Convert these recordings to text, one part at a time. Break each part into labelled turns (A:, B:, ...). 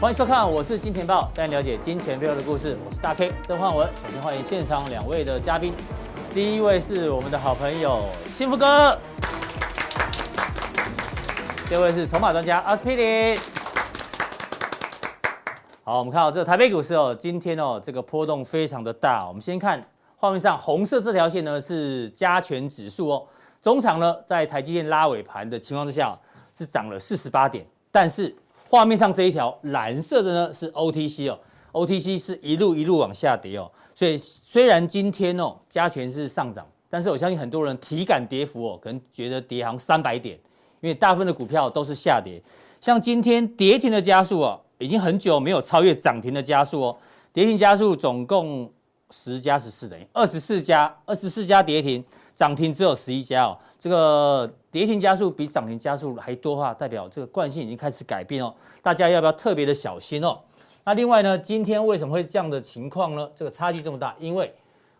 A: 欢迎收看，我是金钱豹，带你了解金钱背后的故事。我是大 K 曾焕文。首先欢迎现场两位的嘉宾，第一位是我们的好朋友幸福哥，这位是筹码专家阿司匹林。好，我们看到这个台北股市哦，今天哦这个波动非常的大。我们先看画面上红色这条线呢是加权指数哦，中场呢在台积电拉尾盘的情况之下是涨了四十八点，但是画面上这一条蓝色的呢是 OTC 哦，OTC 是一路一路往下跌哦，所以虽然今天哦加权是上涨，但是我相信很多人体感跌幅哦，可能觉得跌好像三百点，因为大部分的股票都是下跌，像今天跌停的家数啊，已经很久没有超越涨停的家数哦，跌停家数总共十家十四等于二十四家，二十四家跌停，涨停只有十一家哦。这个跌停家数比涨停家数还多的话，代表这个惯性已经开始改变哦。大家要不要特别的小心哦？那另外呢，今天为什么会这样的情况呢？这个差距这么大，因为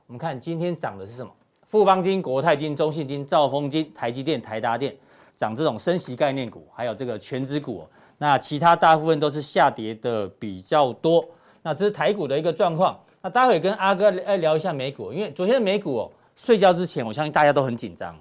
A: 我们看今天涨的是什么？富邦金、国泰金、中信金、兆丰金、台积电、台达电涨这种升息概念股，还有这个全指股哦、那其他大部分都是下跌的比较多。那这是台股的一个状况。那待会跟阿哥来聊一下美股，因为昨天的美股哦，睡觉之前我相信大家都很紧张，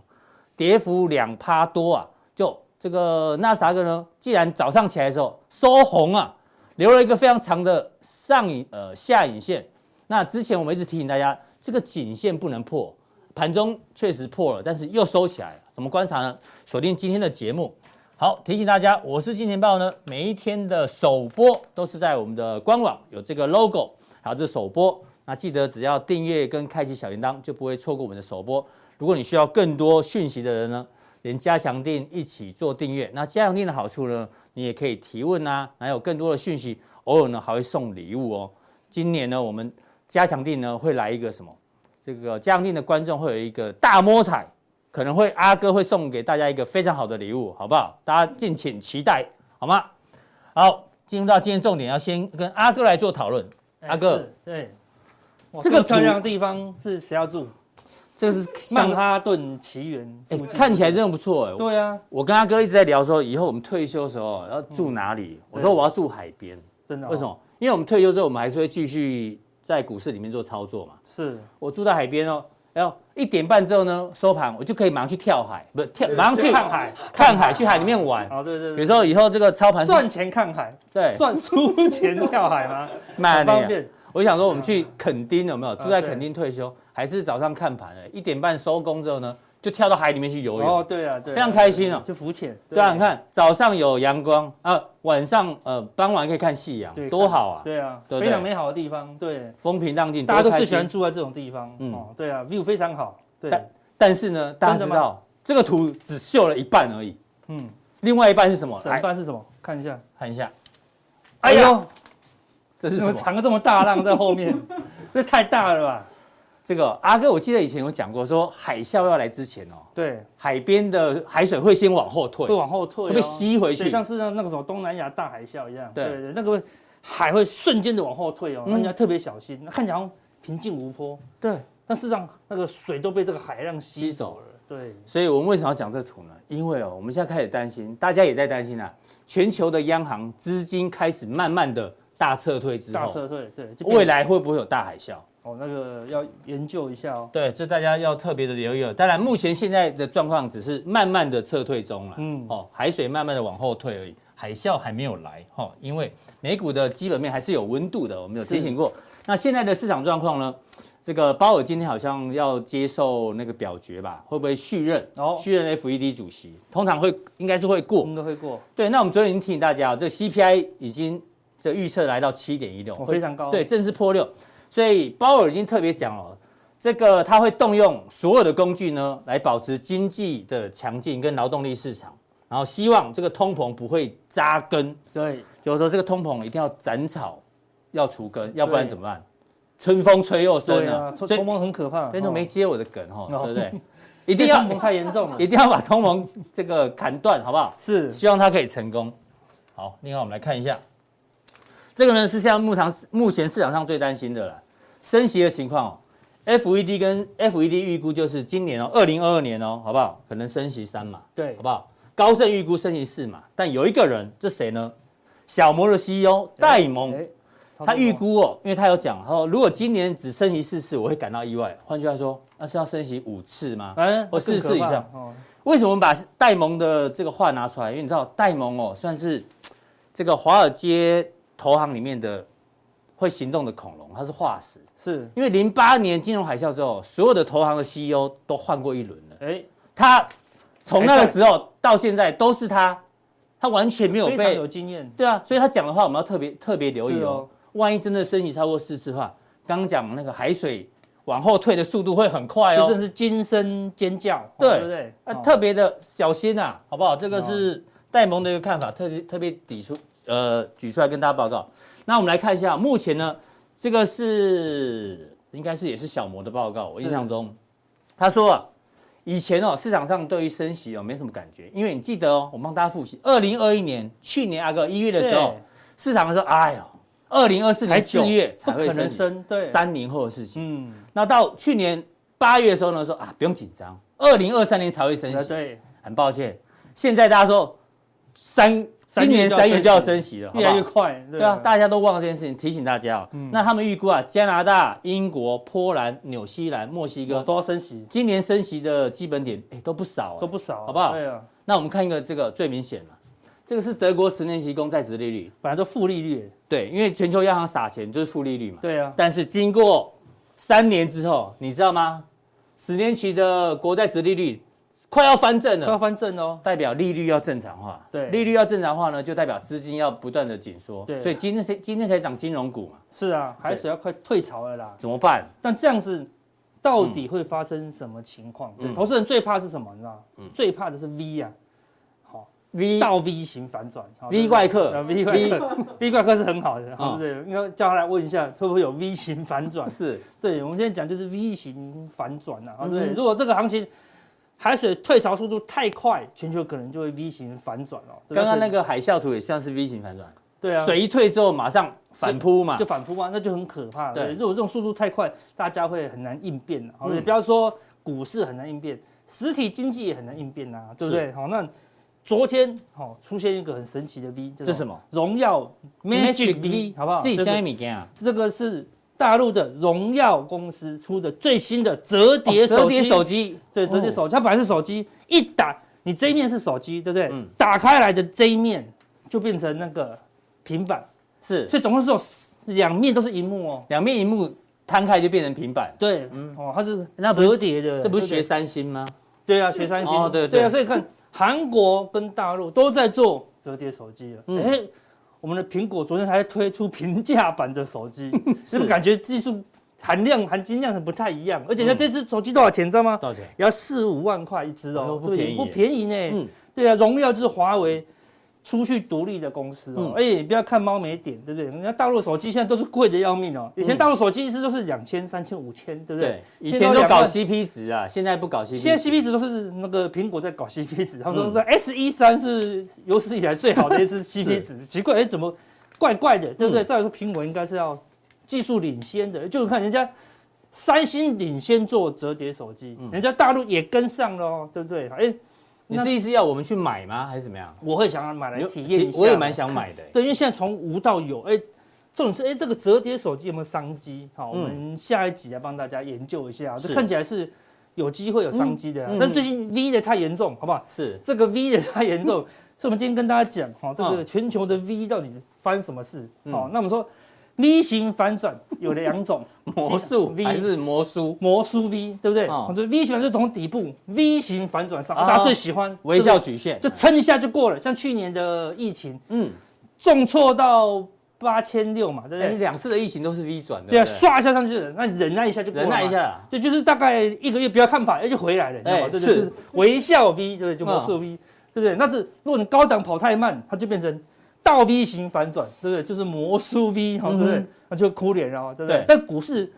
A: 跌幅两趴多啊。就这个纳斯达克呢，既然早上起来的时候收红啊，留了一个非常长的上影呃下影线。那之前我们一直提醒大家，这个颈线不能破，盘中确实破了，但是又收起来了。怎么观察呢？锁定今天的节目。好，提醒大家，我是金钱豹呢，每一天的首播都是在我们的官网有这个 logo，还有这首播。那记得只要订阅跟开启小铃铛，就不会错过我们的首播。如果你需要更多讯息的人呢，连加强店一起做订阅。那加强店的好处呢，你也可以提问啊，还有更多的讯息，偶尔呢还会送礼物哦。今年呢，我们加强店呢会来一个什么？这个加强店的观众会有一个大摸彩。可能会阿哥会送给大家一个非常好的礼物，好不好？大家敬请期待，好吗？好，进入到今天重点，要先跟阿哥来做讨论。
B: 哎
A: 阿哥，
B: 是对，哇
A: 这
B: 这
A: 个
B: 个
A: 图
B: 漂亮的地方是谁要住？
A: 这个是
B: 曼
A: 像，
B: 哈顿奇缘
A: 哎
B: 附，近，
A: 看起来真的不错哎。我
B: 对啊，
A: 我跟阿哥一直在聊说，以后我们退休的时候要住哪里？我说我要住海边，
B: 真嗯的哦
A: 为什？么？因为我们退休之后，我们还是会继续在股市里面做操作嘛。
B: 是
A: 我住在海边哦，然后一点半之后呢，收盘我就可以马上去跳海，不是跳，马上去
B: 看海，
A: 看海，去海里面玩。
B: 好，对对
A: 比如
B: 对，
A: 说以后这个操盘是
B: 赚钱看海，
A: 对
B: 赚输钱跳海 吗？
A: 慢
B: 很
A: 点
B: 方便，啊
A: 我想说，我们去垦丁有没有住在
B: 对
A: 垦丁退休，还是早上看盘的？一点半收工之后呢，就跳到海里面去游泳。
B: 哦，对啊，对啊，
A: 非常开心哦
B: 就浮潜，
A: 对啊，你，看早上有阳光啊，晚上呃傍晚可以看夕阳，
B: 对
A: 多好啊！
B: 对啊，
A: 对不对
B: 非常美好的地方，对，
A: 风平浪静，
B: 大家都
A: 多开
B: 最
A: 心嗯
B: 喜欢。住在这种地方，哦，对啊，view 非常好，对，
A: 但但是呢，大家知
B: 真的
A: 道这个图只秀了一半而已，
B: 嗯，
A: 另外一半是什么？
B: 怎么
A: 来
B: 办是什么？看一下，
A: 看一下，
B: 哎呦，
A: 这是
B: 怎
A: 什
B: 么
A: 么？
B: 藏个这么大浪在后 面？这太大了吧？
A: 这个阿哥，我记得以前有讲过，说海啸要来之前哦，
B: 对，
A: 海边的海水会先往后退
B: 会，往后退哦，
A: 会被吸回
B: 对
A: 去。
B: 像是像那个什么东南亚大海啸一样，
A: 对
B: 对对，那个海会瞬间的往后退哦，
A: 嗯
B: 那你要特别小心。那看起来好像平静无波，
A: 对，
B: 但事实上那个水都被这个海浪吸
A: 吸走
B: 走了。对，
A: 所以我们为什么要讲这图呢？因为哦，我们现在开始担心，大家也在担心啊，全球的央行资金开始慢慢的大撤退之
B: 大
A: 后，
B: 撤退，对，就变
A: 未来会不会有大海啸？
B: 哦，那个要研究一下哦。
A: 对，这大家要特别的留意哦。当然，目前现在的状况只是慢慢的撤退中了，嗯
B: 嗯，
A: 哦，海水慢慢的往后退而已，海啸还没有来，哈、哦，因为美股的基本面还是有温度的，我们有提醒过。那现在的市场状况呢？这个鲍尔今天好像要接受那个表决吧？会不会续任？
B: 哦
A: 续任 FED 主席，通常会应该是会过。
B: 应该会过，
A: 对，那我们昨天已经提醒大家哦，这个 CPI 已经这预测来到七点一六，
B: 哦非常高
A: 对，正式破六。所以鲍尔已经特别讲了，这个他会动用所有的工具呢，来保持经济的强劲跟劳动力市场，然后希望这个通膨不会扎根，
B: 对，
A: 就是说这个通膨一定要斩草，要除根，要不然
B: 对
A: 怎么办？春风吹又生
B: 对啊，
A: 啊！
B: 冲
A: 所以
B: 冲锋很可怕，
A: 所以都没接我的梗哦，
B: 哦
A: 对不对？ 一定要
B: 冲锋太严重了
A: 一，定要把通膨这个砍断，好不好？
B: 是
A: 希望它可以成功。好，另外我们来看一下，这个呢是现在目场目前市场上最担心的了，升息的情况哦。FED 跟 FED 预估就是今年哦，二零二二年哦，好不好？可能升息三嘛，
B: 对
A: 好不好？高盛预估升息四嘛，但有一个人，这谁呢？小摩的 CEO 戴蒙，
B: 哎
A: 他预估哦，因为他有讲，他说如果今年只升息四次，我会感到意外。换句话说，那是要升息五次吗？
B: 哎，
A: 我
B: 那更
A: 试试
B: 可
A: 一
B: 怕
A: 下
B: 哦，
A: 为什么我们把戴蒙的这个话拿出来？因为你知道戴蒙哦，算是这个华尔街投行里面的会行动的恐龙，它是化石。
B: 是，
A: 因为零八年金融海啸之后，所有的投行的 CEO 都换过一轮了，
B: 哎，
A: 他从那
B: 还
A: 个
B: 在
A: 时候到现 在都是他，他完全没有
B: 非常
A: 被
B: 有经验，
A: 对啊，所以他讲的话我们要特别特别留意
B: 哦是
A: 哦
B: 哦。
A: 万一真的升息超过四次的话，刚刚讲那个海水往后退的速度会很快
B: 就
A: 哦
B: 甚，至惊声尖叫，哦
A: 对
B: 对不对？
A: 啊，
B: 哦
A: 特别的小心呐、好不好？这个是戴蒙的一个看法，特别特别抵出呃举出来跟大家报告。那我们来看一下，目前呢，这个是应该是也是小摩的报告，我印
B: 是
A: 象中，他说啊，以前哦市场上对于升息哦没什么感觉，因为你记得哦，我帮大家复习，二零二一年去年阿哥一月的时候，市场说，哎呦，二零二四
B: 对
A: 年
B: 还久
A: 四月才
B: 不
A: 会
B: 可能
A: 升息，
B: 升，对，
A: 三年后的事情。
B: 嗯，
A: 那到去年八月的时候呢，说啊不用紧张，二零二三年才会升
B: 对
A: 息。
B: 对，
A: 很抱歉，现在大家说三
B: 三
A: 今
B: 月
A: 年
B: 就要
A: 三月就要升
B: 升
A: 息了，好不
B: 越来越
A: 好？
B: 快，
A: 对啊，大家都忘了这件事情，提醒大家哦。
B: 嗯
A: 那他们预估啊，加拿大、英国、波兰、纽西兰、墨西
B: 有
A: 哥
B: 都要升息，
A: 今年升息的基本点，哎，都不少啊，
B: 都不少，
A: 好不好
B: 对啊，
A: 那我们看一个这个最明显了，这个是德国十年期公债值利率，
B: 本来都负利率，
A: 对，因为全球央行撒钱就是负利率嘛。
B: 对啊，
A: 但是经过三年之后，你知道吗？十年期的国债值利率快要翻正
B: 快要
A: 了，
B: 翻正哦，
A: 代表利率要正常化。
B: 对
A: 利率要正常化呢，就代表资金要不断的紧缩。
B: 对
A: 所以今天才今天才涨金融股嘛，
B: 是啊，海水要快退潮了啦，
A: 怎么办？
B: 但这样子。到底会发生什么情况？对
A: 嗯
B: 投资人最怕是什么？你知道吗？最怕的是 V 啊，好
A: V
B: 到 V 型反转。好
A: V 怪客
B: 呃，V 怪客，V 怪客是很好的，
A: 嗯
B: 对不对？应该叫他来问一下，会不会有 V 型反转？
A: 是
B: 对，我们今天讲就是 V 型反转啊，对不
A: 嗯
B: 对？如果这个行情海水退潮速度太快，全球可能就会 V 型反转哦。对不对
A: 刚刚那个海啸图也像是 V 型反转，
B: 对啊，
A: 水一退之后马上反扑嘛
B: 就。反扑啊嘛，那就很可怕了。
A: 对
B: 对，如果这种速度太快，大家会很难应变的。啊好，
A: 嗯
B: 也不要说股市很难应变，实体经济也很难应变呐，对不对？好，那昨天好出现一个很神奇的 V，这
A: 这是什么？
B: 荣耀 Magic V，好不好？
A: 自己
B: 对不对
A: 相信米干啊。
B: 这个是大陆的荣耀公司出的最新的折叠手机，
A: 哦折叠手机，
B: 对折叠手机，它本来是手机，一打你这一面是手机，对不对？
A: 嗯
B: 打开来的这一面就变成那个平板，
A: 是
B: 所以总共是有两面都是荧幕哦。
A: 两面荧幕摊开就变成平板，
B: 对，哦，它是
A: 嗯哎那不是
B: 折叠的，
A: 这不是
B: 对
A: 学
B: 对
A: 三星吗？
B: 对啊，学三星
A: 哦对对
B: 对啊，所以看韩国跟大陆都在做折叠手机了，
A: 嗯
B: 哎。我们的苹果昨天还推出平价版的手机，是 不
A: 是
B: 是感觉技术含量、含金量很不太一样？而且它这只手机多少钱，你知道吗？
A: 嗯多少钱？
B: 也要四五万块一只
A: 哎呦
B: 哦，
A: 不
B: 对
A: 便宜
B: 不
A: 耶
B: 便宜呢。
A: 嗯
B: 对啊，荣耀就是华为出去独立的公司哦
A: 嗯。
B: 而且你不要看猫没点，对不对？人家大陆手机现在都是贵的要命哦。以前大陆手机一只都是两千、三千、五千，对不对
A: 嗯对？，以前都
B: 现在
A: 搞
B: 两万
A: CP 值啊，现在不搞 CP。
B: 现在 CP 值都是那个苹果在搞 CP 值，他
A: 嗯
B: 们说这 S 一三是有史以来最好的一支 CP 值，奇怪，哎，怎么怪怪的，对不对？
A: 嗯
B: 再来说苹果应该是要技术领先的，就看人家三星领先做折叠手机，
A: 嗯
B: 人家大陆也跟上了哦，对不对？哎，
A: 你是意思要我们去买吗？还是怎么样？
B: 我会想要买来
A: 有
B: 体验一下，
A: 我也蛮想买的。
B: 对，因为现在从无到有，哎，重点是哎，这个折叠手机有没有商机？好，我们下一集来帮大家研究一下，
A: 嗯是
B: 这看起来是有机会有商机的啊
A: 嗯，
B: 但最近 V 的太严重，好不好？
A: 是
B: 这个 V 的太 严重，所以我们今天跟大家讲哈，这
A: 嗯
B: 个全球的 V 到底发生什么事？好，那我们说 V 型反转有两种，
A: 魔术
B: V
A: 还是魔术？
B: 魔术 V 对不对？
A: 哦
B: 我说 V 型反转是从底部 V 型反转上，
A: 啊
B: 大家最喜欢
A: 微
B: 对
A: 笑
B: 不
A: 曲线
B: 对就撑一下就过了，像去年的疫情
A: 嗯，
B: 重挫到八千六嘛，对不
A: 哎，
B: 对？
A: 两次的疫情都是 V 转的，
B: 对啊，
A: 不
B: 刷一下上去了，那你忍耐一下就过了
A: 忍
B: 嘛
A: 耐一下。啦。
B: 对，就是大概一个月不要看盘，哎，就回来了，你知道
A: 哎
B: 吗？对
A: 是嗯
B: 对，就是微笑 V，对不对？就魔术 V，对不对？但是如果你高档跑太慢，它就变成倒 V 型反转，对不对？就是魔术 V，好，对不
A: 嗯
B: 哦对
A: 哼？
B: 那就哭脸了哦，对不对
A: 对？
B: 但股市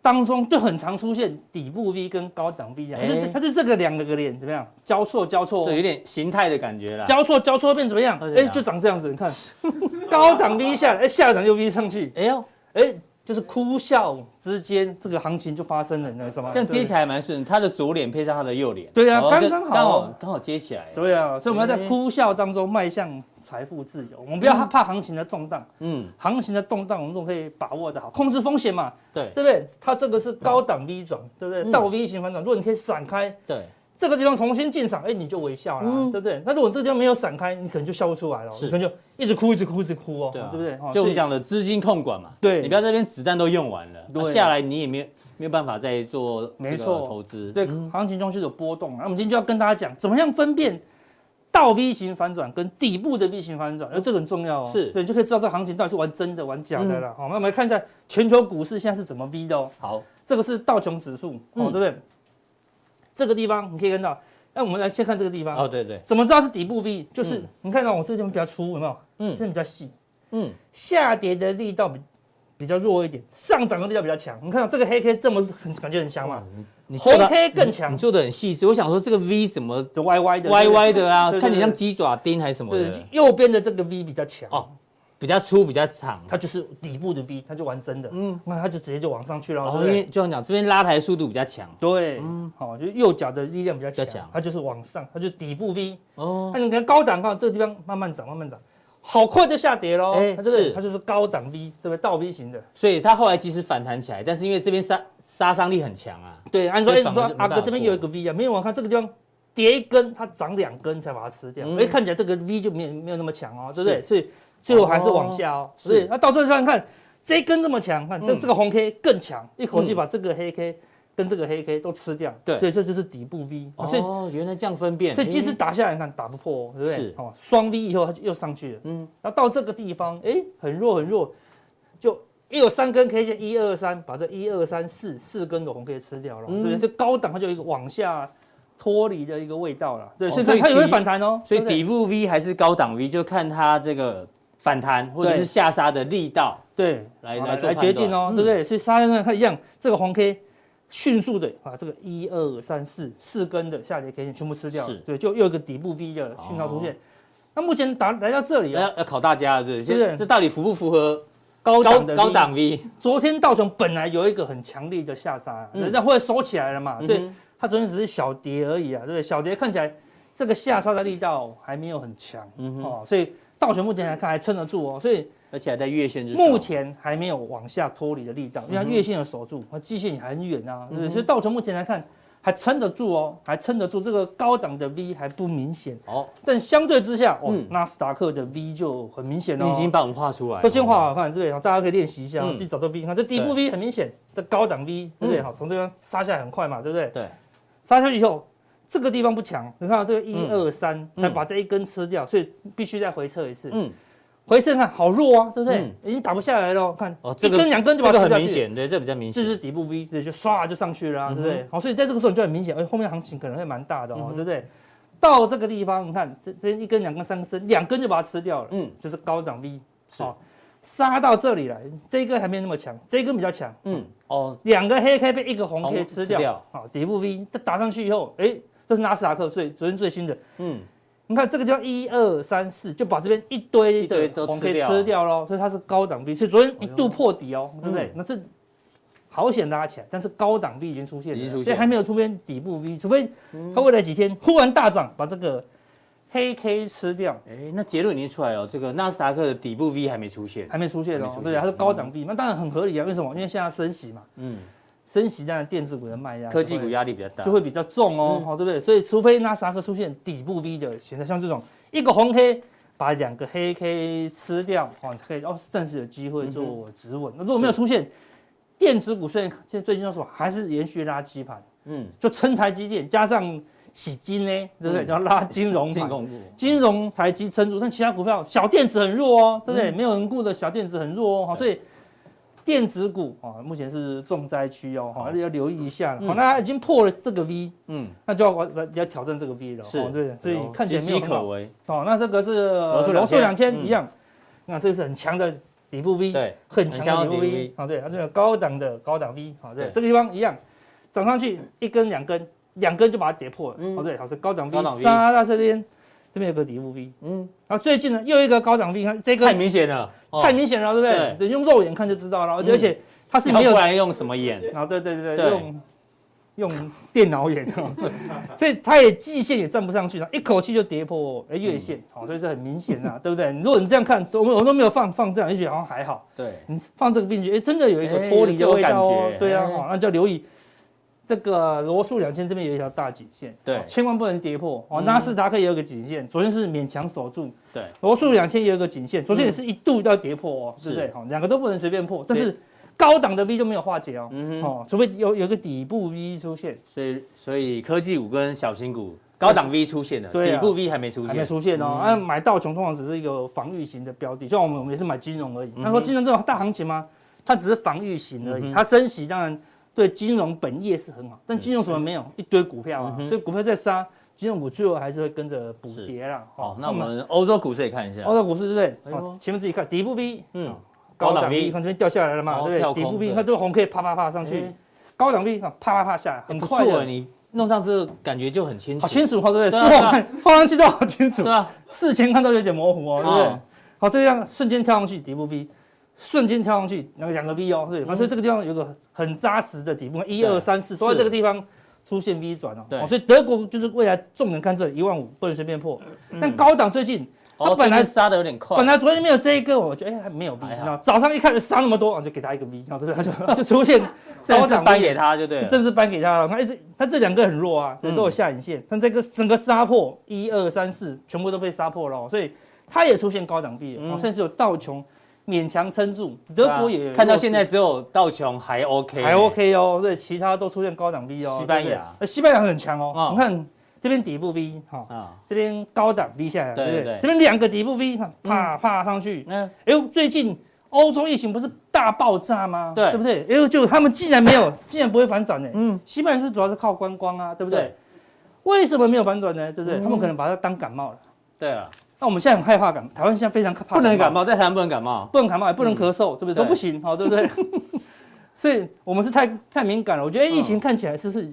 B: 当中就很常出现底部 V 跟高档 V 啊，
A: 哎
B: 它就这它就这个两个脸怎么样交错交错哦
A: 对，有点形态的感觉啦。
B: 交错交错变怎么样
A: 会？怎
B: 哎，
A: 样
B: 就长这样子，你看，高档 V 下来，哎，下档又 V 上去，
A: 哎呦，
B: 哎，就是哭笑之间，这个行情就发生了，你知道吗？
A: 这样接起来蛮顺，他的左脸配上他的右脸，
B: 对啊
A: 哦
B: 刚
A: 就
B: 刚好
A: 刚好刚好接起来，
B: 对啊，所以我们要在
A: 嗯
B: 哭笑当中迈向财富自由。我们不要怕行情的动荡，
A: 嗯，
B: 行情的动荡我们都可以把握的好，控制风险嘛，
A: 对
B: 对不对？它这个是高档 V 转，对不
A: 嗯
B: 对？倒 V 型反转，如果你可以闪开
A: 对，
B: 这个地方重新进场，哎，你就微笑啦，
A: 嗯
B: 对不对？那如果这个地方没有闪开，你可能就笑不出来了，
A: 是
B: 你可能就一直哭，一直哭，一直哭哦，
A: 对啊，
B: 对不对？哦
A: 就我
B: 所
A: 们
B: 以
A: 讲的资金控管嘛，
B: 对
A: 你不要这边子弹都用完了，
B: 对
A: 啊下来你也没有没有办法再做这
B: 没
A: 个
B: 错
A: 投资，
B: 对，行情中是有波动啊。那我们今天就要跟大家讲，怎么样分辨倒 V 型反转跟底部的 V 型反转，而这个很重要哦。
A: 是嗯
B: 对，你就可以知道这行情到底是玩真的、玩假的了。好、那我们来看一下全球股市现在是怎么 V 的哦。
A: 好，
B: 这个是道琼指数，哦，
A: 嗯
B: 对不对？这个地方你可以看到，那我们来先看这个地方，
A: 哦对对，
B: 怎么知道是底部 V？就是、
A: 嗯
B: 你看到我这个地方比较粗，有没有？
A: 嗯
B: 这边比较细，
A: 嗯，
B: 下跌的力道比比较弱一点，上涨的力道比较强。你看到这个黑 K 这么很感觉很强嘛，
A: 哦你
B: 红
A: 做得
B: K 更强
A: 你，做的很细致，我想说这个 V 怎么
B: 就歪歪的，
A: 歪歪的啊，
B: 对对
A: 看起来像
B: 对
A: 鸡爪钉还是什么
B: 对，就
A: 的，
B: 右边的这个 V 比较强
A: 哦
B: 哦，
A: 比较粗比较长，
B: 它就是底部的 V，它就玩真的，
A: 嗯哦
B: 嗯，那它就直接就往上去了，
A: 然
B: 对
A: 后
B: 不
A: 因
B: 哦对
A: 为就像讲这边拉抬速度比较强，
B: 对，嗯，好，就右脚的力量比较
A: 比较强
B: 强，它就是往上，它就是底部 V。
A: 哦，
B: 那你看高档看这个地方慢慢涨，慢慢涨，好快就下跌喽，
A: 哎
B: 它这个
A: 是
B: 它就是高档 V，对不对？倒 V 型的。
A: 所以它后来即使反弹起来，但是因为这边杀杀伤力很强啊，
B: 对，按说，
A: 所
B: 哎，
A: 以
B: 你
A: 反
B: 说
A: 而就没
B: 阿
A: 办
B: 哥
A: 法
B: 这边
A: 过
B: 有一个 V 啊，没有，我看这个地方跌一根，它涨两根才把它吃掉，
A: 嗯
B: 哎，看起来这个 V 就没有没有那么强哦，对不对？
A: 是
B: 所以最后还是往下哦，
A: 是
B: 所以那到这上看，这一根这么强，看这
A: 嗯
B: 这个红 K 更强，一口气
A: 嗯
B: 把这个黑 K 跟这个黑 K 都吃掉，
A: 对
B: 所以这就是底部 V，啊所以
A: 哦，原来这样分辨，
B: 所以即使
A: 诶
B: 打下来，你看打不破哦，对不对
A: 嗯是？
B: 哦，双 V 以后它就又上去了，
A: 嗯
B: 嗯，然后到这个地方，哎，很弱很弱，就一有三根 K 线，一二三，把这一二三四四根的红 K 吃掉了，对
A: 嗯
B: 不对？这高档它就有一个往下脱离的一个味道了，对，
A: 哦
B: 所以
A: 所以
B: 它也
A: 底
B: 会反弹哦，
A: 所以
B: 对不对
A: 底部 V 还是高档 V，就看它这个反弹或者是下杀的力道。
B: 对
A: 来
B: 好
A: 来做
B: 来决
A: 判断
B: 定哦，
A: 嗯
B: 对不对？所以沙滩上看一样，这个红 K 迅速的把这个一二三四四根的下跌 K 线全部吃掉
A: 是，哦
B: 对，就又有一个底部 V 的讯号出现。那目前打来到这里啊，
A: 要要考大家了，是不是？
B: 对不对
A: 这到底符不符合
B: 高
A: 高
B: 档的
A: 高
B: 力
A: 档 V？
B: 昨天道琼本来有一个很强力的下杀，
A: 嗯
B: 人家后来收起来了嘛，
A: 嗯哼
B: 所以它昨天只是小跌而已啊，对不对？小跌看起来这个下杀的力道还没有很强、
A: 嗯哼啊
B: 哦，所以道琼目前来看还撑得住哦，所以
A: 而且还在月线之上。
B: 目前还没有往下脱离的力道，因为
A: 嗯
B: 它月线有守住，它季线也很远啊，对不对？所以道琼目前来看还撑得住哦，还撑得住，这个高档的 V 还不明显，
A: 哦，
B: 但相对之下，哦
A: 嗯，
B: 纳斯达克的 V 就很明显哦，
A: 你已经把我们画出来了。
B: 都先画好看，对不对？大家可以练习一下，
A: 嗯
B: 自己找这 V。你看这底部 V 很明显，这高档 V，对不对？好，从这边杀下来很快嘛，对不对？
A: 对，
B: 杀下去以后，这个地方不强，你看到这个一
A: 嗯
B: 二三才把这一根吃掉，所以必须再回撤一次。
A: 嗯，
B: 回撤看好弱啊，对不对
A: 嗯？
B: 已经打不下来了，看
A: 哦，这
B: 一
A: 个
B: 根两根就把
A: 这
B: 它
A: 个很
B: 吃掉
A: 明
B: 去。
A: 显，对，这比较明
B: 这是
A: 显。
B: 底部 V，对，就唰就上去了、啊，对不
A: 嗯
B: 对？好，所以在这个时候你就很明显，哎，后面行情可能会蛮大的哦，对不对？到这个地方，你看这这边一根、两根、三根、两根就把它吃掉了，
A: 嗯
B: 嗯，就是高档 V，
A: 是
B: 好杀到这里来，这一根还没那么强，这一根比较强，
A: 嗯，哦，
B: 两个黑 K 被一个红
A: 红
B: K 吃
A: 吃
B: 掉
A: 掉，
B: 好，底部 V 这打上去以后，哎，这是纳斯达克最昨天最新的，
A: 嗯，
B: 你看这个叫一二三四，就把这边一堆
A: 一堆都
B: 的红
A: 吃
B: K
A: 掉
B: 吃掉喽，所以它是高档 V，所以昨天一度破底哦，对不对
A: 嗯？
B: 那这好险拉起来，但是高档 V 已经出现
A: 已经
B: 了，
A: 出现嗯
B: 所以还没有出现底部 V，除非它未来几天忽然大涨，把这个黑 K 吃掉，
A: 哎，那结论已经出来了，这个纳斯达克的底部 V 还没出现。
B: 还没出现
A: 还没
B: 哦
A: 出，现
B: 对不对，它是高档 V，那当然很合理啊，为什么？因为现在升息嘛，
A: 嗯，
B: 升息当然电子股的卖压，
A: 科技股压力比较大。
B: 就会比较重哦，好、对不对？所以除非纳斯达克出现底部 V 的形态，像这种一个红 K 把两个黑 K 吃掉，哦，才可以哦，暂时有机会做止稳。那、如果没有出现，电子股虽然现在最近叫什么，还是延续拉基盘，
A: 嗯，
B: 就撑台积电加上洗金呢，对不对？
A: 嗯
B: 然后拉金融
A: 进
B: 盘。
A: 攻股。
B: 金融台积撑住，但其他股票小电子很弱哦，对不对？没有人顾的小电子很弱哦，好，所以电子股啊、哦，目前是重灾区哦，嗯好、要留意一下了。好、哦那它已经破了这个 V，
A: 嗯，
B: 那就要要挑战这个 V 了，
A: 是
B: 哦，对，所以看起来没
A: 岌
B: 有
A: 岌
B: 很
A: 可
B: 好
A: 危。
B: 哦。那这个是
A: 罗素
B: 罗素两
A: 2000
B: 千一样，那这个是很强的底部 V，
A: 嗯对，
B: 很强的
A: 很强的底部
B: 底部
A: V
B: V，啊，对，它这个高档的高档 V，好，对
A: 对，
B: 这个地方一样，涨上去一根两根，两根就把它跌破了，
A: 嗯
B: 哦，对，好是高档
A: 高档 V
B: V，杀到这边这边有个底部 V，
A: 嗯，
B: 然后最近呢又有一个高档 V，看这个
A: 太明显了，哦
B: 太明显了，对不对
A: 对？
B: 对，用肉眼看就知道了，而且
A: 嗯
B: 而且它是
A: 你
B: 没
A: 要
B: 有
A: 不，然用什么演？
B: 啊，对对对
A: 对
B: 对，用用电脑眼哦，所以它也季线也站不上去，然后一口气就跌破哎
A: 嗯
B: 月线，好，所以这很明显啊，对不对？如果你这样看，我们我都没有放放这样，就觉得好像还好。
A: 对，
B: 你放这个进去，哎，真的有一个
A: 哎
B: 脱离的味道
A: 有
B: 哦
A: 感觉。
B: 对啊，
A: 哎
B: 哦那就留意这个罗素两千这边有一条大颈线，
A: 对
B: 哦千万不能跌破哦。
A: 嗯
B: 纳斯达克也有个颈线，昨天是勉强守住，
A: 对，
B: 罗素两千也有个颈线，昨天也是一度要跌破哦，
A: 嗯是
B: 对不对？好，两个都不能随便破，但
A: 对
B: 是高档的 V 就没有化解哦，
A: 嗯哼，
B: 哦，除非有有个底部 V 出现，
A: 所以所以科技股跟小型股高档 V 出现了，
B: 对
A: 底
B: 啊
A: 部 V 还没出
B: 还没
A: 现，嗯
B: 出现哦。啊，买道琼通常只是一个防御型的标的，就像我们我们也是买金融而已。他说金融这种大行情吗？它只是防御型
A: 嗯
B: 而
A: 嗯哼嗯
B: 已。它升息当然对金融本业是很好，但金融什么没有，一堆股票啊
A: 嗯哼，
B: 所以股票在杀，金融股最后还是会跟着补跌啦。
A: 好，哦那我们欧洲股市也看一下，
B: 欧洲股市对不
A: 哎
B: 对？
A: 呦
B: 好前面自己看底部 V，
A: 嗯，
B: 高
A: 高档
B: 档
A: V
B: V，看这边掉下来了
A: 哦
B: 嘛，对
A: 跳
B: 不对？
A: 空
B: 底部 V，
A: 对
B: 你看这个红 K 啪啪啪上
A: 哎
B: 去，高档 V 看啪啪啪下来，很
A: 不
B: 快
A: 错，欸
B: 的，
A: 你弄上之后感觉就很清楚，
B: 好清楚哦，啊对
A: 对
B: 不对？事
A: 啊
B: 后看 画上去都好清楚
A: 对。吧？
B: 事前看到有点模糊哦，对不对？
A: 哦
B: 好，这样瞬间跳上去底部 V，瞬间跳上去然后两个 V 哦，对，所以这个地方有个很扎实的底部，一二三四都在这个地方出现 V 转哦，
A: 对
B: 哦所以德国就是未来重点看这一万五不能随便破，但高档最近
A: 哦，
B: 它本来
A: 最近杀的有点快，
B: 本来昨天没有这一个，我觉得哎还没有 V，
A: 还好
B: 然后早上一看杀那么多，我就给他一个 V，然后对不对？它就 就 出现
A: 正
B: 高
A: 式
B: 档
A: 颁
B: V
A: 给他就对
B: 就
A: 了，
B: 正式颁给他了。他一直他这两个很弱啊，都有下影
A: 嗯
B: 线，但这个整个杀破一二三四全部都被杀破了哦，所以他也出现高档币了，
A: 嗯
B: 哦甚至有道琼勉强撑住，德国
A: 对
B: 也
A: 啊看到现在只有道琼还 OK，
B: 还 OK 哦，对，其他都出现高档币哦。
A: 西班牙
B: 对不对呃西班牙很强
A: 哦
B: 哦，你看这边底部 V 哈。
A: 啊，
B: 这边高档 V 下来，
A: 对
B: 对不
A: 对嗯
B: 对？这边两个底部 V，哈啪啪上去。
A: 那
B: 哎呦，最近欧洲疫情不是大爆炸吗？
A: 对
B: 对不对？哎呦，就他们竟然没有， 竟然不会反转呢。
A: 嗯
B: 嗯，西班牙是主要是靠观光啊，对不对？
A: 对
B: 为什么没有反转呢？对不对？
A: 嗯
B: 他们可能把它当感冒了。
A: 对了，
B: 那我们现在很害怕感，台湾现在非常怕
A: 不能感
B: 冒，
A: 冒，
B: 哦
A: 在台湾不能感冒，
B: 不能感冒，也不能咳嗽，对不
A: 对
B: 对？都不行，哦好，对不对？所以我们是太太敏感了。我觉得哎疫情看起来是不是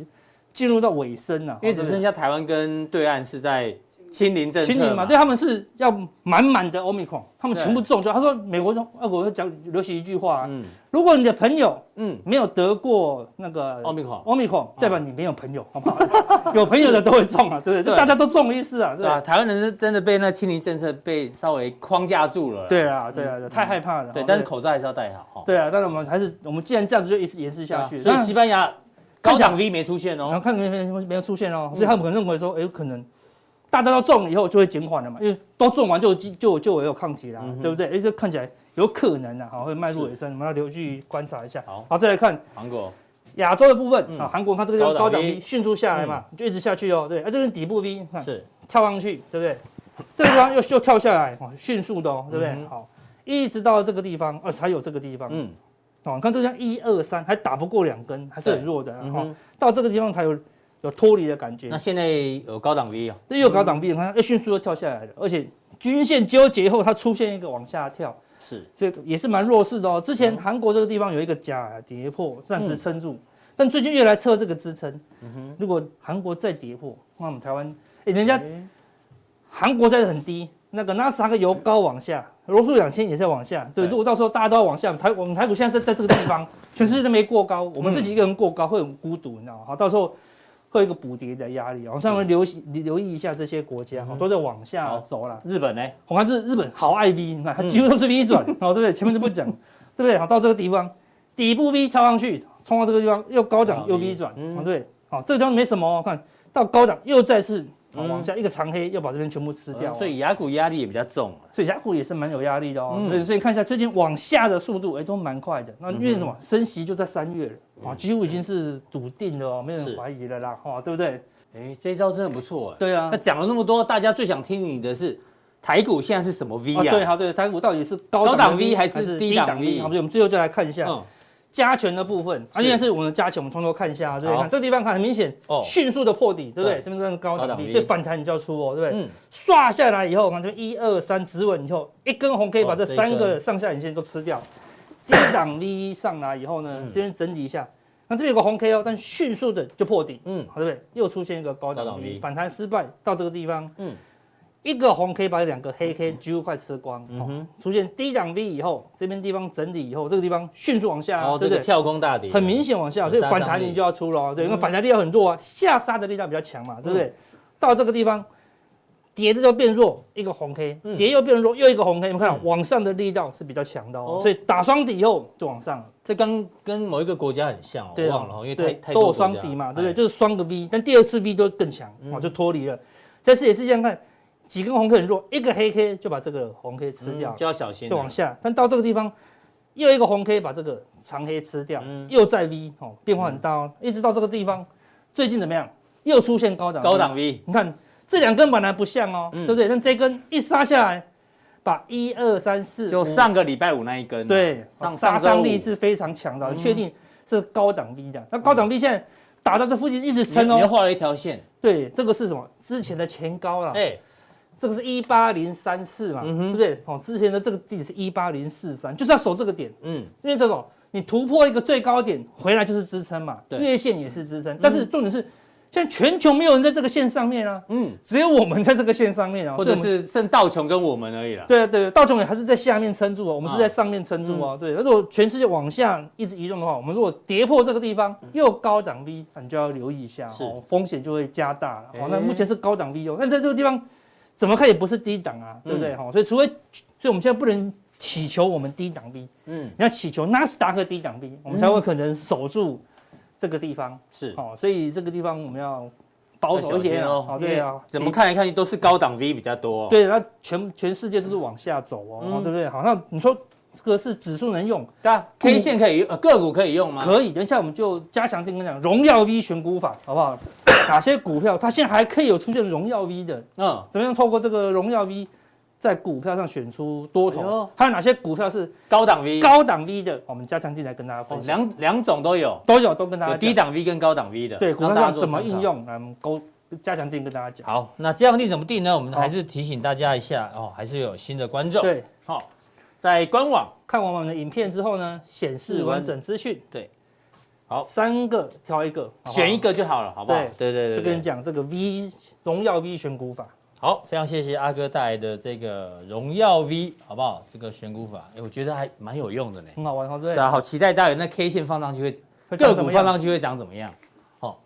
B: 进入到尾声啊哦了、
A: 嗯因为只剩
B: 下
A: 下台湾跟对岸是在清零政策
B: 清零嘛，对啊他们是要满满的 omicron，他们
A: 对
B: 全部中就他说美国外国人讲流行一句话、啊，
A: 嗯
B: 如果你的朋友
A: 嗯，
B: 没有得过那个
A: 奥密克戎
B: 欧米孔，代表你没有朋友， 好不好？有朋友的都会中啊，对不
A: 对
B: 对？就大家都中一次啊，对
A: 对啊，
B: 吧？
A: 台湾人是真的被那清零政策被稍微框架住了啦，
B: 对啊，对啊，对啊太害怕
A: 嗯
B: 了。
A: 对，
B: 好
A: 但是口罩还是要戴好，哦
B: 对啊，但是我们还是我们既然这样子就一直延续下去，
A: 啊所以西班牙
B: 看
A: 高
B: 起来嗯
A: 档 V 没出现
B: 然
A: 哦
B: 后，看没没没有出现哦，
A: 嗯
B: 所以他们可能认为说，哎，有可能大家都中了以后就会减缓了嘛，因为都中完就有基就就有抗体啦
A: 嗯哼，
B: 对不对？哎，这看起来有可能啊，好会迈入尾声，我们要留意观察一下。
A: 好
B: 好，再来看
A: 韩国
B: 亚洲的部分
A: 嗯
B: 啊，韩国它这个就
A: 高
B: 是
A: 档
B: 高档
A: V 嗯
B: V 迅速下来嘛，就一直下去哦，对，啊，这是底部 V，看
A: 是
B: 跳上去，对不对？这个地方又又跳下来，哦，迅速的哦，对不对？
A: 嗯哼
B: 好，一直到这个地方，呃，才有这个地方。
A: 嗯
B: 哦，你看这个地方一二三，还打不过两根，还是很弱的啊。
A: 嗯
B: 哦
A: 哼，
B: 到这个地方才有有脱离的感觉
A: 那。现在有高档 V 啊，
B: 这又高档 B，你看，又哎迅速的跳下来了，而且均线纠结后，它出现一个往下跳，
A: 是
B: 所以也是蛮弱势的哦。之
A: 嗯
B: 前韩国这个地方有一个假跌破，暂时撑住，但最近又来测这个支撑。
A: 嗯
B: 如果韩国再跌破，那我们台湾，哎，人家
A: 哎
B: 韩国在很低，那个纳斯达克由高往下，罗素两千也在往下。对，
A: 对
B: 如果到时候大家都要往下，台我们台股现在在在这个地 方，全世界都没过高，我们自
A: 嗯
B: 己一个人过高会很孤独，你知道吗？好，到时候会有一个补跌的压力哦。所以我们留意留意一下这些国家哦，都在往
A: 嗯好
B: 下走啦。
A: 日本呢？
B: 我看哦是日本好爱 V，你看它几乎都是 V 转，
A: 嗯
B: 哦，对不对？前面就不 讲，对不对？好，到这个地方底部 V 超上去，冲到这个地方又高档又 V 转，
A: 嗯
B: 哦，对，好，这个地方没什么哦，看到高档又再次哦
A: 嗯
B: 往下一个长黑，又把这边全部吃掉哦，
A: 所以雅股压力也比较重啊，
B: 所以雅虎也是蛮有压力的哦
A: 嗯。
B: 所以所以看一下最近往下的速度，哎，都蛮快的。那因为什
A: 嗯
B: 么？升息就在三月了啊，几乎已经是笃定了哦，没有
A: 嗯是
B: 人怀疑了啦，哈，对不对？
A: 哎，这一招真的不错哎。
B: 对啊
A: 那。讲了那么多，大家最想听你的是台股现在是什么 V
B: 啊，
A: 呀？
B: 对，好，对，台股到底是
A: 高
B: 高
A: 档
B: 档
A: V
B: 的
A: 还是低档 V？
B: 好，我们最后就来看一下，
A: 嗯，
B: 加权的部分，
A: 是
B: 啊，现在是我们的加权，我们从头看一下啊，对不
A: 好
B: 对？看这地方看很明显
A: 哦，
B: 迅速的破底，对不对
A: 对？
B: 这边算是高
A: 高档
B: 档
A: V
B: 底，所以反弹你就要出哦，对不对？
A: 嗯，
B: 刷下来以后，看这边一二三止稳以后，一根红 K 把
A: 哦
B: 这
A: 这一
B: 三
A: 根
B: 个上下影线都吃掉，低档 V 上来以后呢
A: 嗯，
B: 这边整理一下，那这边有个红 K 哦，但迅速的就破底，
A: 嗯
B: 嗯，好，对不对？又出现一个高
A: 高档
B: 档
A: V
B: V 反弹失败，到这个地方，
A: 嗯
B: 嗯，一个红 K 把两个黑 K 几乎快吃光，哦、出现低档 V 以后，这边地方整理以后，这个地方迅速往下，
A: 哦，
B: 啊对
A: 这
B: 不
A: 个
B: 对？
A: 跳空大底，
B: 很明显往下，所
A: 有
B: 以
A: 杀伤
B: 反弹
A: 力嗯
B: 你就要出了哦，对，因为反弹力道很弱啊，下杀的力道比较强嘛，对不对？到这个地方，跌的就变弱，一个红 K，
A: 嗯
B: 跌又变弱，又一个红 K，你们看
A: 嗯
B: 往上的力道是比较强的哦
A: 哦，
B: 所以打双底以后就往上了，
A: 这刚跟某一个国家很像哦，
B: 对
A: 我
B: 啊
A: 忘了哦，因为
B: 对
A: 太太
B: 都
A: 多国
B: 有
A: 家
B: 双底嘛，对不对？
A: 哎嗯
B: 就是双个 V，但第二次 V 都更强哦，就脱离了。这次也是一样，看几根红 K 很弱，一个黑 K 就把这个红 K 吃掉
A: 嗯，就要小心了，
B: 就往下，但到这个地方又一个红 K 把这个长黑吃掉，
A: 嗯
B: 又再 V 哦，变化很大哦，一直到这个地方，最近怎么样？又出现高档
A: 高，档 V，
B: 你看这两根本来不像哦，
A: 嗯
B: 对不对？但这根一杀下来，把一二三四
A: 就上个礼拜五那一根，啊
B: 对
A: 上
B: 杀
A: 哦上
B: 伤
A: 周
B: 力
A: 五嗯
B: 是非常强的，确定是高档 V 的。那高档 V 现在打到这附近一直撑
A: 你你又
B: 哦，
A: 画了一条线，
B: 对，这个是什么？之前的前高了，
A: 哎，
B: 这个是一八零三四嘛，
A: 嗯
B: 对
A: 哼
B: 不对？哦，之前的这个地是一八零四三，就是要守这个点。
A: 嗯，
B: 因为这种你突破一个最高点回来就是支撑嘛，
A: 对
B: 月线也是支撑，但是重点是现在全球没有人在这个线上面啊，
A: 嗯
B: 嗯，只有我们在这个线上面啊，
A: 或
B: 所以
A: 者
B: 我们
A: 是剩道琼跟我们而已了，
B: 对啊对啊，道琼也还是在下面撑住哦，我们
A: 啊
B: 是在上面撑住哦，对，那如果全世界往下一直移动的话，我们如果跌破这个地方又高档 V，那你就要留意一下
A: 嗯是
B: 哦，风险就会加大了。哦，
A: 诶
B: 那目前是高档 V 哦，但在这个地方怎么看也不是低档啊，对不对？
A: 嗯
B: 哈，所以除非，所以我们现在不能祈求我们低档 V。
A: 嗯，
B: 你要祈求纳斯达克低档 B，我们才会可能守住这个地方。
A: 是。
B: 好、所以这个地方我们要保守
A: 要
B: 一
A: 小
B: 些
A: 心
B: 啊
A: 哦
B: 好，对
A: 因为
B: 啊，
A: 怎么看来看去都是高档 V 比较多、哦。，
B: 对？那全全世界都是往下走哦，
A: 嗯
B: 对不对？好，那你说这个是指数能用，
A: 啊，K 线可以呃个股可以用吗？
B: 可以。等一下我们就加强定跟讲荣耀 V 选股法，好不好？哪些股票它现在还可以有出现荣耀 V 的？
A: 嗯，
B: 怎么样透过这个荣耀 V 在股票上选出多
A: 哎
B: 头
A: 呦？
B: 还有哪些股票是
A: 高档 V，
B: 高档 V 的？我们加强进来跟大家
A: 哦
B: 分享，
A: 两两种都有，
B: 都有都跟大
A: 有
B: 家
A: 低
B: 讲。
A: 档 V 跟高档 V 的。
B: 对，股票
A: 让大家
B: 上
A: 做
B: 怎么
A: 参考
B: 应？用，来我们勾加强定跟大家讲。
A: 好，那这样定怎么定呢？我们
B: 好
A: 还是提醒大家一下哦，还是有新的观众。，
B: 对，
A: 好、在官网
B: 看完我们的影片之后呢，显示完整资讯。
A: 对，好
B: 三个挑一个，好不好
A: 选一，个就好了，好不好？对对对
B: 就
A: 对
B: 跟你讲这个 V 荣耀 V 选股法。
A: 好，非常谢谢阿哥带来的这个荣耀 V，好不好？这个选股法，哎，我觉得还蛮有用的呢。
B: 很好玩哦，对
A: 对啊，好期待待会那 K 线放上去会
B: 不对？
A: 个股放上
B: 去，
A: 去会长怎么样？好、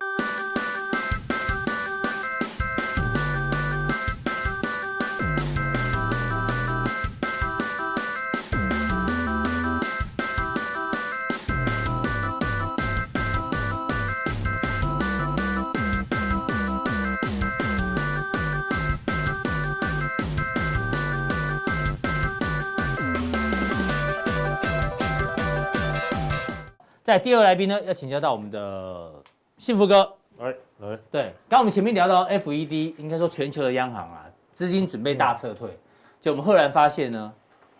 A: 在第二来宾呢，要请教到我们的幸福哥。
C: 来来，
A: 对，刚刚我们前面聊到 FED，应该说全球的央行啊，资金准备大撤退，
C: 嗯
A: 就我们赫然发现呢，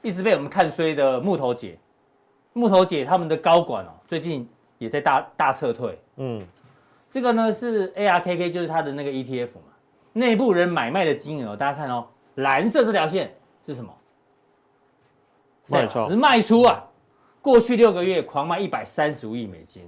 A: 一直被我们看衰的木头姐，木头姐他们的高管哦，最近也在大大撤退。
C: 嗯，
A: 这个呢是 ARKK，就是它的那个 ETF 嘛，内部人买卖的金额，大家看哦，蓝色这条线是什么？
C: 卖超
A: 是卖出啊，过去六个月狂卖一百三十五亿美金，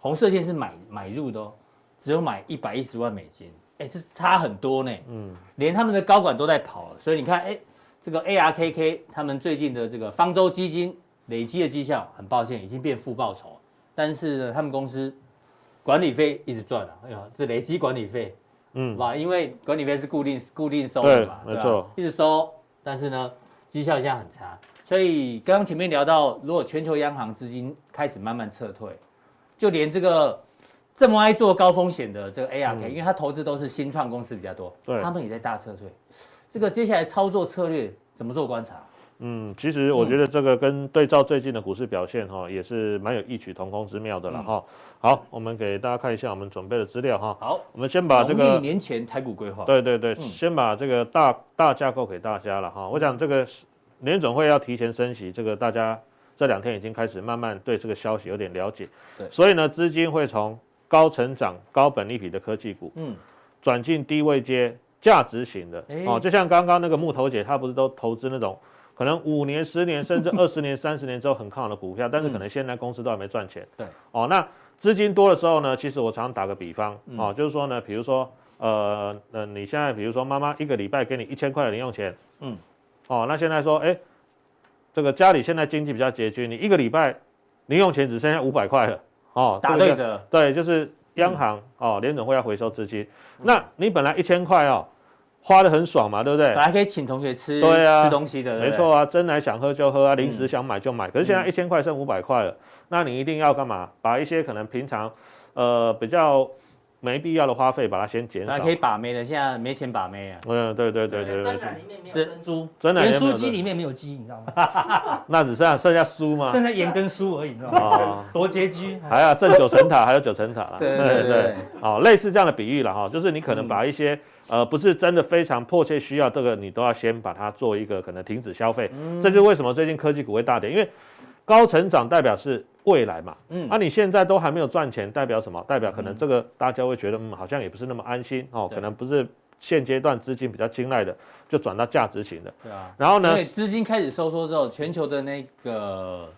A: 红色线是买买入的哦，只有买一百一十万美金，哎，这差很多呢，嗯，连他们的高管都在跑了，所以你看，哎，这个 ARKK 他们最近的这个方舟基金累积的绩效，很抱歉已经变负报酬了，但是呢，他们公司管理费一直赚啊，哎呀，这累积管理费，
C: 嗯
A: 嗯，吧，因为管理费是固定固定收的嘛，吧
C: 对没错
A: 一直收，但是呢，绩效现在很差，所以刚刚前面聊到，如果全球央行资金开始慢慢撤退，就连这个这么爱做高风险的这个 ARK，、因为它投资都是新创公司比较多，
C: 嗯对
A: 他们也在大撤退，这个接下来操作策略怎么做观察？
C: 嗯，其实我觉得这个跟对照最近的股市表现哈、也是蛮有异曲同工之妙
A: 嗯
C: 的了哈、好，我们给大家看一下我们准备的资料哈。
A: 好，
C: 我们先把这个
A: 农历年嗯前台股规划，
C: 对对对，先把这个大大架构给大家了哈。我想
A: 嗯
C: 这个是联总会要提前升息，这个大家这两天已经开始慢慢对这个消息有点了解
A: 对，
C: 所以呢，资金会从高成长、高本利比的科技股
A: 嗯，
C: 转进低位接价值型的
A: 哎
C: 哦，就像刚刚那个木头姐，她不是都投资那种可能五年、十年甚至二十年、三十年之后很看好的股票，但是可能现在公司都还没赚钱。
A: 对，嗯
C: 哦，那资金多的时候呢，其实我常打个比方哦，就是说呢，比如说呃呃，你现在比如说妈妈一个礼拜给你一千块的零用钱，
A: 嗯
C: 嗯，哦，那现在说，哎，这个家里现在经济比较拮据，你一个礼拜零用钱只剩下五百块了，哦，
A: 打
C: 这个
A: 对
C: 叫
A: 折，
C: 对，就是央行、哦，联总会要回收资金，那你本来一千块哦，花的很爽嘛，对不对
A: 本？来可以请同学吃
C: 对啊
A: 吃东西的，对
C: 没
A: 不对
C: 错，啊，真奶想喝就喝啊，零
A: 嗯
C: 食想买就买。可是现在一千块剩五百块了，那你一定要干嘛？把一些可能平常呃比较没必要的花费，把它先减
A: 本来
C: 少
A: 可。以把妹的，现在没钱把妹啊，
C: 嗯，对对对对对
B: 真
C: 对，
B: 奶里面没有珍珠，
C: 真奶
B: 盐
C: 也没
B: 酥
C: 有
B: 鸡
C: 的
B: 里面没有鸡，你知道 吗？
C: 那只剩下剩下酥嘛，
B: 剩下盐跟酥而已，你知道吗？
C: 哦，
B: 多拮据。
C: 还有剩九层塔，还有九层塔啦。
A: 对对对对，
C: 哦，类似这样的比喻了哈，就是你可能
A: 嗯
C: 把一些、呃不是真的非常迫切需要这个，你都要先把它做一个可能停止消费。
A: 嗯
C: 这就是为什么最近科技股会大跌，因为高成长代表是未来嘛，
A: 嗯
C: 啊，你现在都还没有赚钱，代表什么？代表可能这个大家会觉得，嗯，好像也不是那么安心哦，
A: 对
C: 可能不是现阶段资金比较青睐的，就转到价值型的。
A: 对啊。
C: 然后
A: 因
C: 呢
A: 为，资金开始收缩之后，全球的那个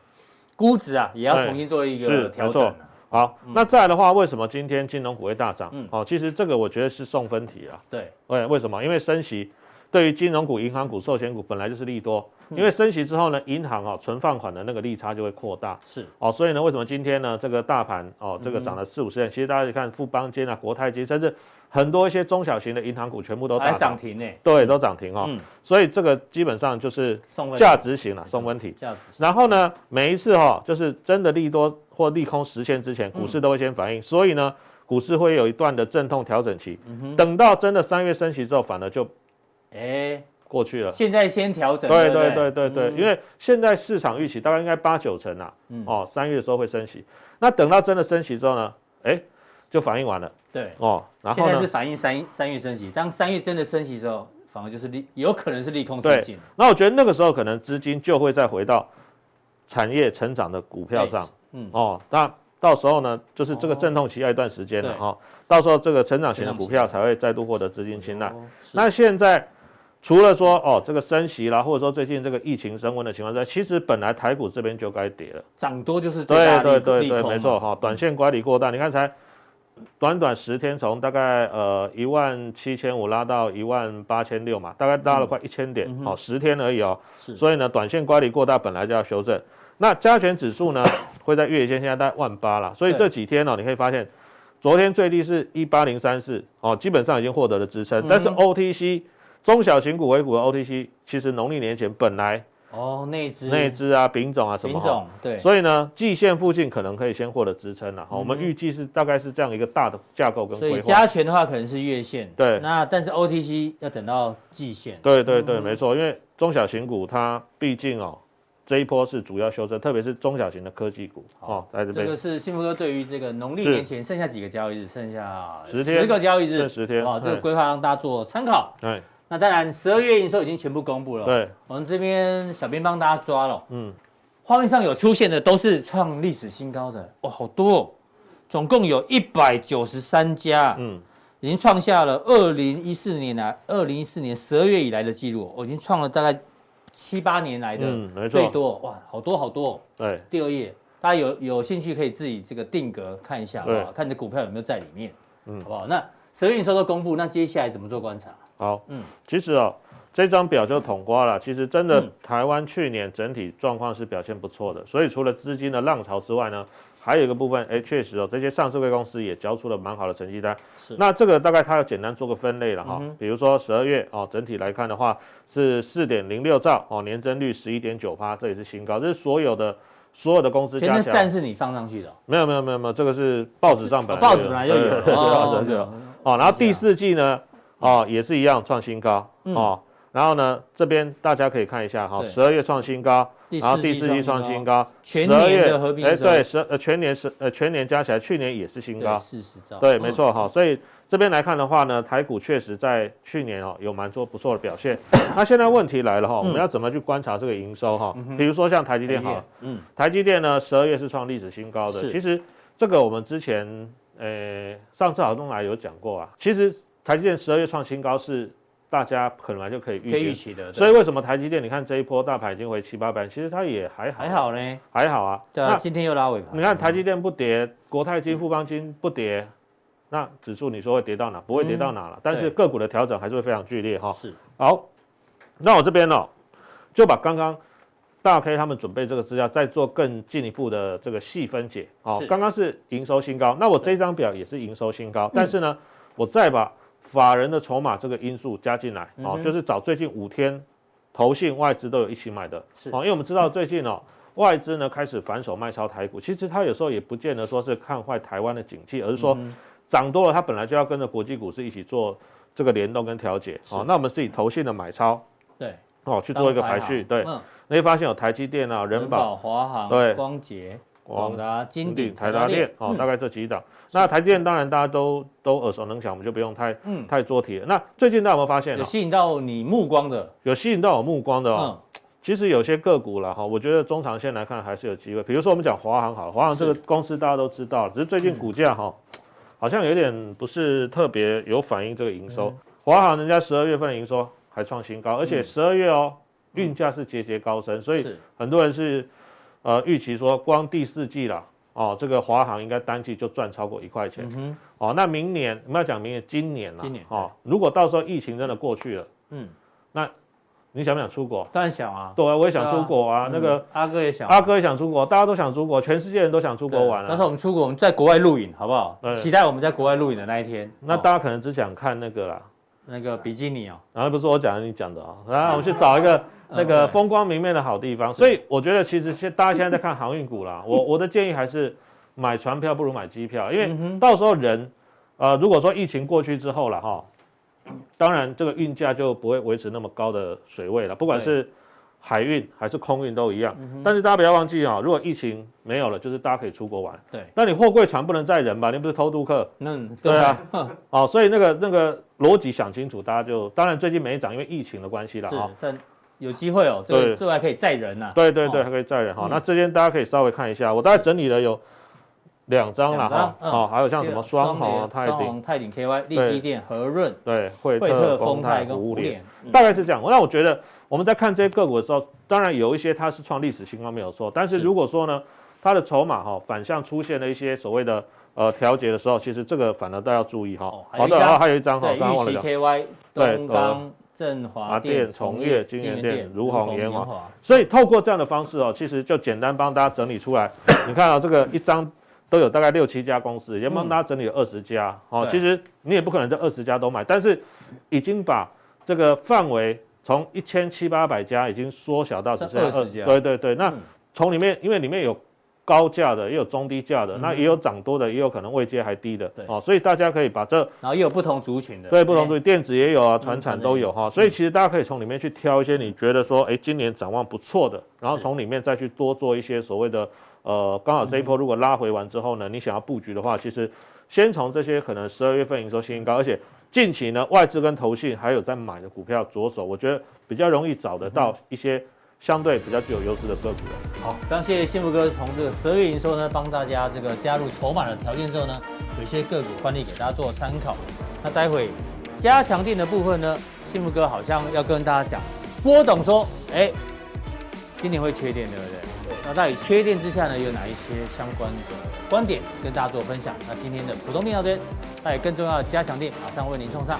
A: 估值啊，也要
C: 对
A: 重新做一
C: 是
A: 个
C: 没
A: 调整啊、
C: 好，那再来的话，为什么今天金融股会大涨
A: 嗯？
C: 哦，其实这个我觉得是送分题啊。
A: 对，
C: 为为什么？因为升息对于金融股、银行股、寿险股本来就是利多，
A: 嗯
C: 因为升息之后呢，银行哦存放款的那个利差就会扩大
A: 是
C: 哦，所以呢，为什么今天呢这个大盘哦这个涨了四五十点？其实大家去看富邦金啊、国泰金，甚至很多一些中小型的银行股全部都大
A: 还
C: 涨
A: 涨，停呢、
C: 对，都涨停哦。
A: 嗯
C: 所以这个基本上就是
A: 送分
C: 价值型了，送分题。
A: 价值
C: 然后呢，每一次哈、哦，就是真的利多或利空实现之前，
A: 嗯
C: 股市都会先反应，所以呢，股市会有一段的阵痛调整期。
A: 嗯
C: 等到真的三月升息之后，反而就
A: 哎，
C: 过去了。
A: 现在先调整，
C: 对
A: 不对
C: 对对对
A: 嗯
C: 对，因为现在市场预期大概应该八九成啊，哦，三月的时候会升息。那等到真的升息之后呢，哎，就反应完了
A: 对，
C: 哦。然
A: 现
C: 后
A: 在是
C: 呢，
A: 反映三三月升息，当三月真的升息之后，反而就是利，有可能是利空出
C: 对
A: 尽，
C: 那我觉得那个时候可能资金就会再回到产业成长的股票上。
A: 嗯，
C: 哦，那到时候呢，就是这个阵痛期要一段时间了哈、哦，到时候这个哦成长型的股票才会再度获得资金青睐。
A: 哦是
C: 那现在除了说哦这个升息啦，或者说最近这个疫情升温的情况下，其实本来台股这边就该跌了。
A: 涨多就是最
C: 对
A: 大的
C: 对
A: 利
C: 对
A: 利
C: 对，
A: 空嘛
C: 没错哈、短线管理过大，你看才短短十天，从大概呃一万七千五拉到一万八千六嘛，大概拉了快一千点、哦，十天而已哦。
A: 是
C: 所以呢，短线乖离过大本来就要修正。那加权指数呢，会在月线现在在万八啦，所以
A: 对
C: 这几天呢、哦，你可以发现，昨天最低是一八零三四哦，基本上已经获得了支撑。但是
A: 嗯
C: OTC 中小型股为股的 OTC，其实农历年前本来
A: 哦，内资
C: 内资啊、丙种啊什么
A: 品
C: 哦
A: 种对，
C: 所以呢，季线附近可能可以先获得支撑了。好、我
A: 嗯
C: 们预计是大概是这样一个大的架构跟
A: 所以
C: 规划。
A: 加权的话可能是月线，
C: 对
A: 那但是 OTC 要等到季线，
C: 对对
A: 哦
C: 对，没错，因为中小型股它毕竟哦，这一波是主要修正，特别是中小型的科技股哦，在这
A: 这
C: 边
A: 个是幸福哥对于这个农历
C: 是
A: 年前剩下几个交易日，剩下
C: 10天
A: 个交易日，
C: 剩10天嗯
A: 好不好，这个
C: 对
A: 规划让大家做参考。
C: 哎，
A: 那当然，十二月营收已经全部公布了，
C: 对，
A: 我们这边小编帮大家抓了，
C: 嗯，
A: 画面上有出现的都是创历史新高的哦，好多、哦，总共有一百九十三家，
C: 嗯，
A: 已经创下了二零一四年来二零一四年十二月以来的记录，我、已经创了大概七八年来的
C: 嗯没错
A: 最多，哇，好多好多、哦。
C: 对，
A: 第二页，大家有有兴趣可以自己这个定格看一下，好不好？看你的股票有没有在里面，好不好？那十二月营收都公布，那接下来怎么做观察？
C: 好，
A: 嗯
C: 嗯，其实哦，这张表就统刮了。其实真的
A: 嗯，
C: 台湾去年整体状况是表现不错的，所以除了资金的浪潮之外呢，还有一个部分，哎，确实哦，这些上市贵公司也交出了蛮好的成绩单。
A: 是
C: 那这个大概它要简单做个分类了哈、
A: 嗯哼
C: 比如说十二月哦，整体来看的话是四点零六兆哦，年增率十一点九趴，这也是新高，这是所有的所有的公司
A: 全
C: 加
A: 的
C: 起来
A: 站。是你放上去的哦、
C: 没有没有没有没有，这个是报纸上本
A: 哦
C: 来
A: 报纸本来就有
C: 对对对报纸
A: 哦
C: 上就有。哦，然后第四季呢，哦也是一样创新高
A: 嗯
C: 哦。然后呢，这边大家可以看一下哈，
A: 对
C: 十二月创新高，
A: 第
C: 然后第四季创新，高，
A: 全
C: 12
A: 年的
C: 月
A: 合并
C: 哎
A: 营收
C: 对，十呃全年是呃全年加起来，去年也是嗯新
A: 对，
C: 高，
A: 四十兆，嗯
C: 对，没错哈。所以这边来看的话呢，台股确实在去年哦有蛮多不错的表 现。那现在问题来了哈，我们要怎么去观察这个营收哈？比如说像嗯台积
A: 嗯，
C: 电好了，
A: 嗯，
C: 台积电呢，十二月是创历史新高的
A: 是。
C: 其实这个我们之前呃上次好像来有讲过啊。其实台积电十二月创新高是大家本来就可以
A: 可以
C: 嗯预
A: 预
C: 期，
A: 期的，
C: 所
A: 以
C: 以为什么台积电你看这一波大盘已经回七八百，其实它也还好，
A: 还好呢，
C: 还好啊。
A: 对啊，今天又拉尾盘，
C: 那你看台积电不跌，国泰金、富邦金不跌，那指数你说会跌到哪？不会跌到哪了，
A: 嗯
C: 但是个股的调整还是会非常剧烈哈。
A: 是
C: 好，那我这边呢、哦，就把刚刚大 K 他们准备这个资料再做更进一步的这个细分解。好、
A: 是
C: 刚刚是营收新高，那我这张表也是营收新
A: 嗯
C: 高，但是呢，我再把法人的筹码这个因素加进来，
A: 嗯
C: 哦，
A: 哼
C: 就是找最近五天投信外资都有一起买的，
A: 是
C: 哦，因为我们知道最近哦。外资呢开始反手卖超台股，其实它有时候也不见得说是看坏台湾的景气，而是说
A: 嗯
C: 涨多了，它本来就要跟着国际股市一起做这个联动跟调节。
A: 是
C: 哦，那我们自己投信的买超
A: 对，
C: 哦去做一个排序，对，
A: 嗯，
C: 你会发现有台积电啊、人
A: 人
C: 保、
A: 保、哦华航、
C: 对
A: 光捷、
C: 广
A: 广达、嗯金鼎、
C: 台达电哦，大概这几档。那台积电当然大家都都耳熟能详，我们就不用太
A: 嗯，
C: 太做题了。那最近大家有没有发现
A: 有
C: 啊？
A: 吸引到你目光的，
C: 有吸引到我目光的哦。
A: 嗯，
C: 其实有些个股了哈，我觉得中长线来看还是有机会。比如说我们讲华航好了，华航这个
A: 是嗯
C: 公司大家都知道，只是最近股价哈，好像有点不是特别有反映这个营收。华航人家十二月份的营收还创新高，而且
A: 嗯
C: 十二月哦运价是节节高升，所以
A: 是
C: 很多人是呃预期说光第四季啦，哦，这个华航应该单季就赚超过一块钱、
A: 嗯哼，
C: 哦。那明年我们要讲明年，今年啦，
A: 今年
C: 哦，如果到时候疫情真的过去了，
A: 嗯，
C: 你想不想出国？
A: 当然想啊，
C: 对啊，我也想
A: 对啊
C: 出国啊。那个
A: 嗯阿哥也想啊，
C: 阿哥也想出国，大家都想出国，全世界人都想出
A: 出
C: 国玩啊
A: 到
C: 了、
A: 时候我们出国，我们在国外录影好不好
C: 对？
A: 期待我们在国外录影的那一天。
C: 那
A: 当
C: 大家可能只想看那个啦，
A: 那个比基尼哦，
C: 然后不是我讲的，你讲的啊、然后我们去找一个那个
A: 风
C: 风光明媚的好地方。
A: 嗯是
C: 所以我觉得其实现大家现在在看航运股 啦，我我的建议还是买船票不如买机票，因为
A: 嗯哼
C: 到时候人，呃，如果说疫情过去之后了哈，当然这个运价就不会维持那么高的水位了，不管是海运还是空运都一样。
A: 嗯
C: 但是大家不要忘记啊、如果疫情没有了，就是大家可以出国玩。
A: 对，
C: 那你货柜船不能载人吧？你不是偷 渡客？
A: 那
C: 对啊， 哦，所以那个那个逻辑想清楚，大家就当然最近没涨，因为疫情的关系
A: 对
C: 了
A: 啊是
C: 哈。，
A: 但有机会哦，这个
C: 对
A: 这个还可以载人呐。
C: 对对对，
A: 哦
C: 还可以载人哈
A: 嗯。
C: 那这边大家可以稍微看一下，我大概整理了有两张了
A: 两张
C: 哈，
A: 嗯
C: 哦，还有像什么双
A: 联
C: 虹、泰
A: 双
C: 鼎，
A: 虹、泰鼎 KY、利
C: 对
A: 基电、和润、
C: 对，惠
A: 惠
C: 特、
A: 特、
C: 丰
A: 丰
C: 泰
A: 泰
C: 跟
A: 跟
C: 五
A: 胡
C: 联，
A: 联，
C: 嗯大概是这样。那我觉得我们在看这些个股的时候，当然有一些它是创历史新高没有错，但是
A: 是
C: 如果说呢，它的筹码哈反向出现了一些所谓的呃调节的时候，其实这个反而大家要注意哈
A: 哦。还有
C: 好
A: 一张
C: 的，然后还有一张哈，
A: 对，
C: 刚刚忘了
A: 玉
C: 讲
A: 溪。KY、
C: 对
A: 东钢、振华电、
C: 重
A: 重
C: 越
A: 越、
C: 金
A: 金
C: 源
A: 源
C: 店
A: 店、
C: 如
A: 如
C: 虹
A: 虹、研
C: 研华
A: 华，
C: 所以透过这样的方式哦，其实就简单帮大家整理 出来。你看啊、这个一张都有大概六七家公司，也帮
A: 嗯
C: 大家整理了二十家、哦。
A: 对
C: 其实你也不可能这二十家都买，但是已经把这个范围从一千七八百家已经缩小到只剩
A: 剩20家
C: 对对对，那
A: 嗯
C: 从里面因为里面有。高价的也有中低价的，
A: 嗯
C: 那也有涨多的，也有可能位阶还低的
A: 对
C: 哦，所以大家可以把这
A: 然后又有不同族群的，
C: 对，不同主义，电子也有啊，船
A: 嗯
C: 产
A: 船
C: 都
A: 也有
C: 有哈、所以其实大家可以从里面去挑一些你觉得说，哎，今年展望不错的，然后
A: 是
C: 从里面再去多做一些所谓的，呃，刚好这一波如果拉回完之后呢，你想要布局的话，其实先从这些可能十二月份营收新高，而且近期呢外资跟投信还有在买的股票着手，我觉得比较容易找得到一些相对比较具有优势的个股了。
A: 好，非常谢谢幸福哥从这个十二月营收呢，帮大家这个加入筹码的条件之后呢，有一些个股范例给大家做参考。那待会加强定的部分呢，幸福哥好像要跟大家讲，郭董说，哎，今年会缺电，对不对？那到底缺电之下呢，哎有哪一些相关的哎观点跟大家做分享？那今天的普通电到这边，那也更重要的加强定马上为您送上。